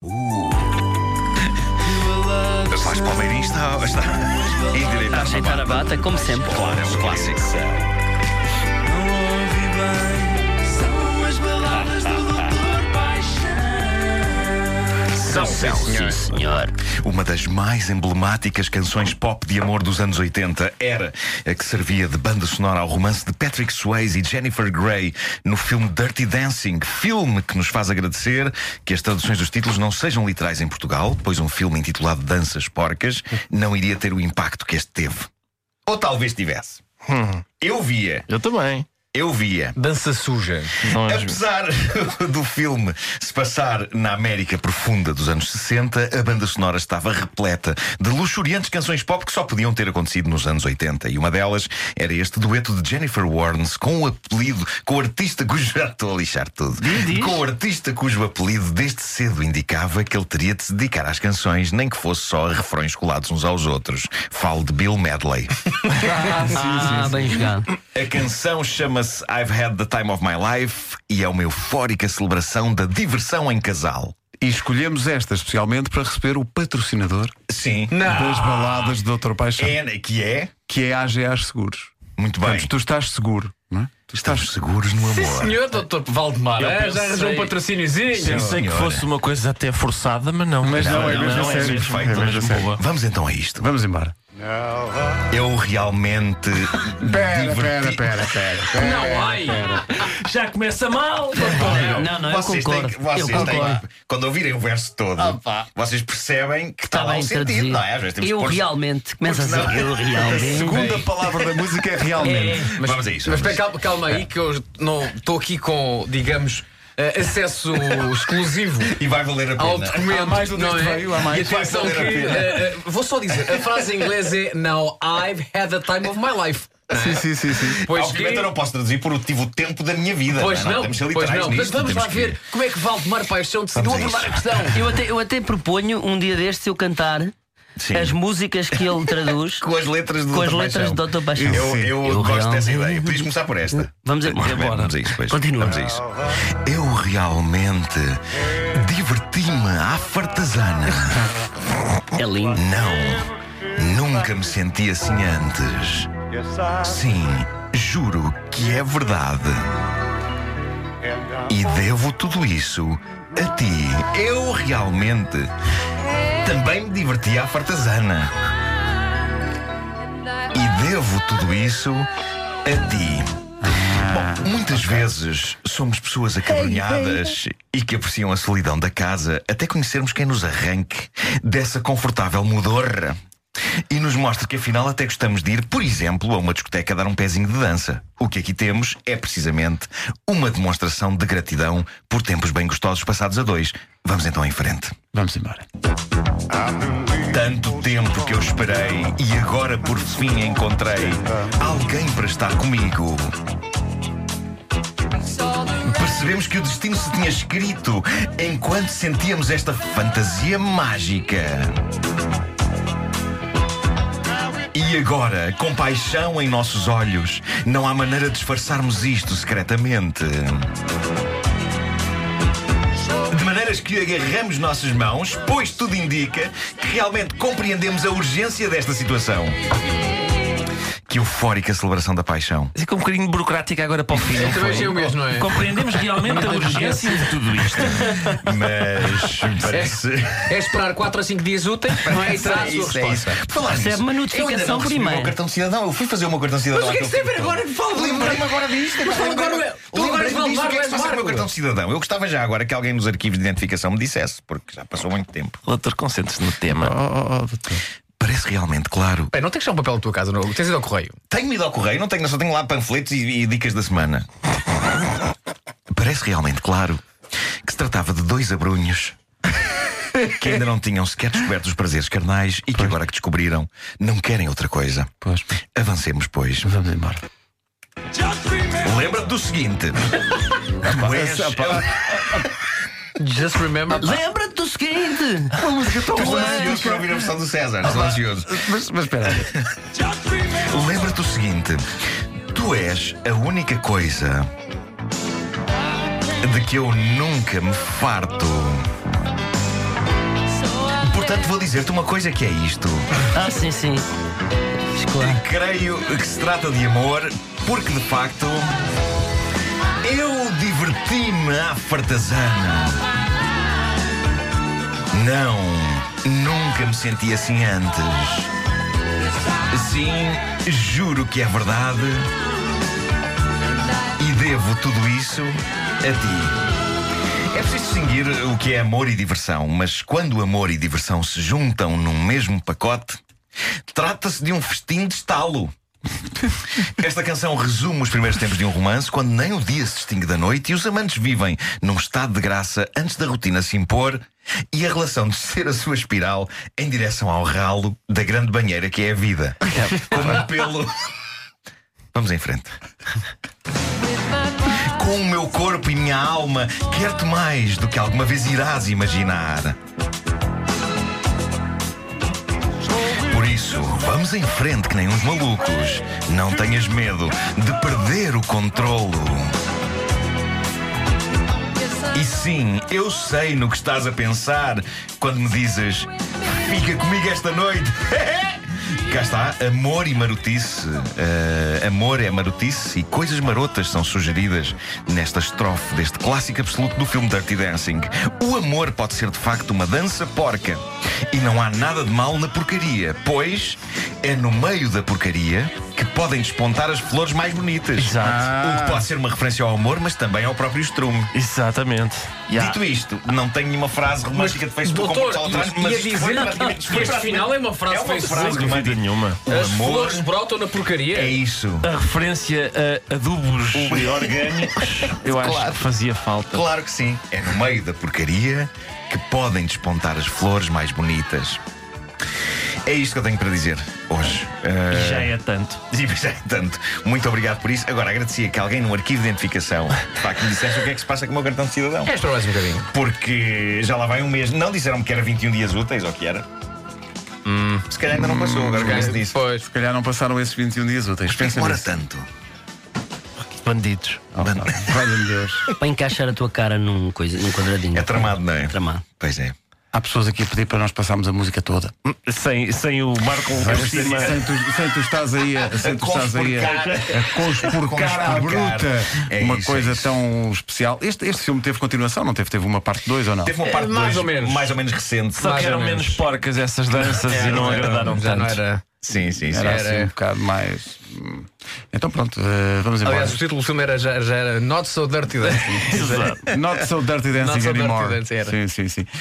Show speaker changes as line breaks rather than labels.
Uh. Vasco Palmeirinho está, está em direito
A ajeitar a bata, como sempre.
Claro, é um clássico.
Não ouvi bem, são as baladas do Doutor Paixão.
São, sim, senhor.
senhor.
Uma das mais emblemáticas canções pop de amor dos anos 80 era a que servia de banda sonora ao romance de Patrick Swayze e Jennifer Grey no filme Dirty Dancing, filme que nos faz agradecer que as traduções dos títulos não sejam literais em Portugal, pois um filme intitulado Danças Porcas não iria ter o impacto que este teve. Ou talvez tivesse. Eu via,
Eu também.
eu via.
Dança suja.
Não é mesmo?
Apesar do filme se passar na América profunda dos anos 60, a banda sonora estava repleta de luxuriantes canções pop que só podiam ter acontecido nos anos 80. E uma delas era este dueto de Jennifer Warnes com o apelido, com o artista cujo. Já estou a lixar tudo.
diz.
Com o artista cujo apelido desde cedo indicava que ele teria de se dedicar às canções, nem que fosse só a refrões colados uns aos outros. Falo de Bill Medley.
Ah, bem jogado.
A canção chama-se I've Had the Time of My Life e é uma eufórica celebração da diversão em casal.
E escolhemos esta especialmente para receber o patrocinador
Sim.
das baladas do Dr. Paixão,
É, que é?
que é a AGAs Seguros.
Muito bem.
Portanto, tu estás seguro, não é? Tu
Estamos seguros no amor.
Senhor Doutor Valdemar,
Eu
é, já arranjou um
pensei-
patrocíniozinho.
Pensei que
Senhora.
fosse uma coisa até forçada, mas não. Mas
não, é mesmo
não,
a sério.
mesmo.
Perfeito.
É mesmo sério.
boa.
Vamos então a isto.
Vamos embora.
Eu realmente.
Pera,
diverti-
pera, pera, pera. pera.
Não, ai! Já começa mal!
Não, não, eu
vocês
concordo.
Têm que, vocês
Eu concordo.
Têm que, quando ouvirem o verso todo, vocês percebem que está
Está
lá um
bem
sentido,
traduzido.
não é? Às vezes temos que
Eu
pôr-
realmente, começa a
senão-
dizer, eu realmente.
Segunda palavra da música é realmente.
Vamos a isso.
Mas
vamos a
espera,
isso.
calma, calma aí, que eu não estou aqui com, digamos, eh, acesso exclusivo.
E vai valer a pena.
Ao documento,
Há mais de um
não
texto
é?
veio, há mais.
E atenção
Vai
que,
valer a pena.
eh, eh, vou só dizer, a frase em inglês é Now I've had the time of my life.
Sim, sim, sim, sim.
Pois
Obviamente eu não posso traduzir por eu tive o tempo da minha vida.
Pois
é?
não,
temos que ser
pois
literais
não.
nisto,
Mas vamos
temos
lá
que-
ver como é que Valdemar Paixão decidiu
Vamos a
abordar a questão.
Eu até, eu até proponho um dia destes eu cantar
Sim.
as músicas que ele traduz
Com as letras do
com as
Dr.
letras do
Paixão.
Dr. Paixão.
Eu, eu,
Eu
gosto
realmente-
dessa ideia. Podias começar por esta.
Vamos a-
Muito bem,
embora.
Vamos a isso, pois.
Continua.
Vamos a isso. Eu realmente diverti-me à fartazana.
É lindo.
Não, nunca me senti assim antes. Sim, juro que é verdade. E devo tudo isso a ti. Eu realmente também me diverti à fartazana. E devo tudo isso a ti. Bom, muitas vezes somos pessoas acabrunhadas e que apreciam a solidão da casa até conhecermos quem nos arranque dessa confortável mudorra e nos mostra que afinal até gostamos de ir, por exemplo, a uma discoteca dar um pezinho de dança. O que aqui temos é precisamente uma demonstração de gratidão por tempos bem gostosos passados a dois. Vamos então em frente.
Vamos embora.
Tanto tempo que eu esperei e agora por fim encontrei alguém para estar comigo. Percebemos que o destino se tinha escrito enquanto sentíamos esta fantasia mágica. E agora, com paixão em nossos olhos, não há maneira de disfarçarmos isto secretamente. De maneiras que agarramos nossas mãos, pois tudo indica que realmente compreendemos a urgência desta situação. Que eufórica celebração da paixão.
Fica um bocadinho burocrática agora para o fim. não
Também
foi?
achei o mesmo, não é?
Compreendemos realmente a urgência de tudo isto.
Mas parece.
É esperar 4 a 5 dias úteis, não é? E terá a sua
isso,
resposta.
isso. Falar
Recebe
nisso,
uma
eu ainda
notificação
não recebi o
primeiro.
meu cartão de cidadão. Eu fui fazer o meu cartão de cidadão.
Mas o que é que
àquele
tem a ver
filme
agora?
todo.
Fala-
Lembrei-me agora disto.
Mas fala agora- tu agora
Lembrei-me
vais
disto. O que é que se passa
levar,
com o
Marco?
meu cartão de cidadão? Eu gostava já agora que alguém nos arquivos de identificação me dissesse, porque já passou muito tempo.
Doutor, concentre-se no
Oh,
tema.
oh, oh, doutor.
Parece realmente claro.
Bem, não tens que achar um papel na tua casa, não? Tens ido ao correio.
Tenho ido ao correio, não tenho, só tenho lá panfletos e, e dicas da semana. Parece realmente claro que se tratava de dois abrunhos que ainda não tinham sequer descoberto os prazeres carnais e que agora que descobriram não querem outra coisa.
Pois, pois.
Avancemos, pois.
vamos embora.
Lembra-te do seguinte. Tu és-
Just remember.
Lembra-te do seguinte.
Tu estou ansioso para ouvir a versão do César. Estou ansioso.
Mas, mas espera aí.
Lembra-te do seguinte: tu és a única coisa de que eu nunca me farto. Por Portanto, vou dizer-te uma coisa que é isto.
Ah, sim, sim. Mas Claro.
Creio que se trata de amor, porque de facto eu diverti-me à fartazana. Não, nunca me senti assim antes. Sim, juro que é verdade. E devo tudo isso a ti. É preciso distinguir o que é amor e diversão, mas quando amor e diversão se juntam num mesmo pacote, trata-se de um festim de estalo. Esta canção resume os primeiros tempos de um romance, quando nem o dia se distingue da noite e os amantes vivem num estado de graça antes da rotina se impor e a relação descer a sua espiral em direção ao ralo da grande banheira que é a vida. Como um pelo. Vamos em frente. Com o meu corpo e minha alma, quero-te mais do que alguma vez irás imaginar. Por isso, vamos em frente que nem uns malucos. Não tenhas medo de perder o controlo. E sim, eu sei no que estás a pensar quando me dizes fica comigo esta noite. Cá está, amor e marotice. Ah, amor é marotice e coisas marotas são sugeridas nesta estrofe deste clássico absoluto do filme Dirty Dancing. O amor pode ser de facto uma dança porca. E não há nada de mal na porcaria, pois é no meio da porcaria que podem despontar as flores mais bonitas.
Exato.
O que pode ser uma referência ao amor, mas também ao próprio estrume.
Oh, Exatamente. Yeah.
Dito isto, não tenho nenhuma frase romântica de Facebook
Doutor,
como tal atrás,
ia
mas
dizer
foi
que-
praticamente
que este final é uma frase
é uma
Facebook.
frase
Sem dúvida
romântica.
nenhuma.
O
As
amor
flores brotam na porcaria.
é isso.
A referência a adubos orgânicos, eu acho
Claro.
que fazia falta.
Claro que sim. É no meio da porcaria que podem despontar as flores mais bonitas. É isto que eu tenho para dizer hoje. Ah,
Já é tanto.
E já é tanto. Muito obrigado por isso. Agora agradecia que alguém no arquivo de identificação de facto me dissesse o que é que se passa com o meu cartão de cidadão.
É para mais um bocadinho.
Porque já lá vai um mês. Não disseram-me que era 21 dias úteis ou que era. Se calhar ainda não passou,
Hum.
agora que penso nisso.
Pois.
Se calhar não passaram esses 21 dias úteis. Pensa
Demora
nisso.
tanto.
Bandidos.
Mano,
Valha-me Deus.
Para encaixar a tua cara num, coisa, num quadradinho.
É tramado, não é?
Tramado.
Pois é.
Há pessoas aqui a pedir para nós passarmos a música toda.
Sem, sem o Marco por
Sem,
cima.
tu, sem tu estás aí a, sem tu estás aí a,
conspurcar.
a conspurcar a
Conspurcar.
bruta.
É
uma
isso,
coisa
é isso.
tão especial. Este, este filme teve continuação, não teve? Teve uma parte 2 ou não?
Teve uma parte
É, mais
dois,
ou menos.
mais ou menos recente.
Só que eram
ou menos.
menos porcas essas danças e não agradaram
Já É, não
tanto.
era.
Sim, sim, sim.
Era
Era- é.
assim um bocado mais. hum. Então pronto, eh, vamos embora.
Aliás, o título do filme era, já, já era Not So Dirty Dancing.
Exato.
Not so dirty dancing
Not so dirty
anymore.
dancing era.
Sim, sim, sim.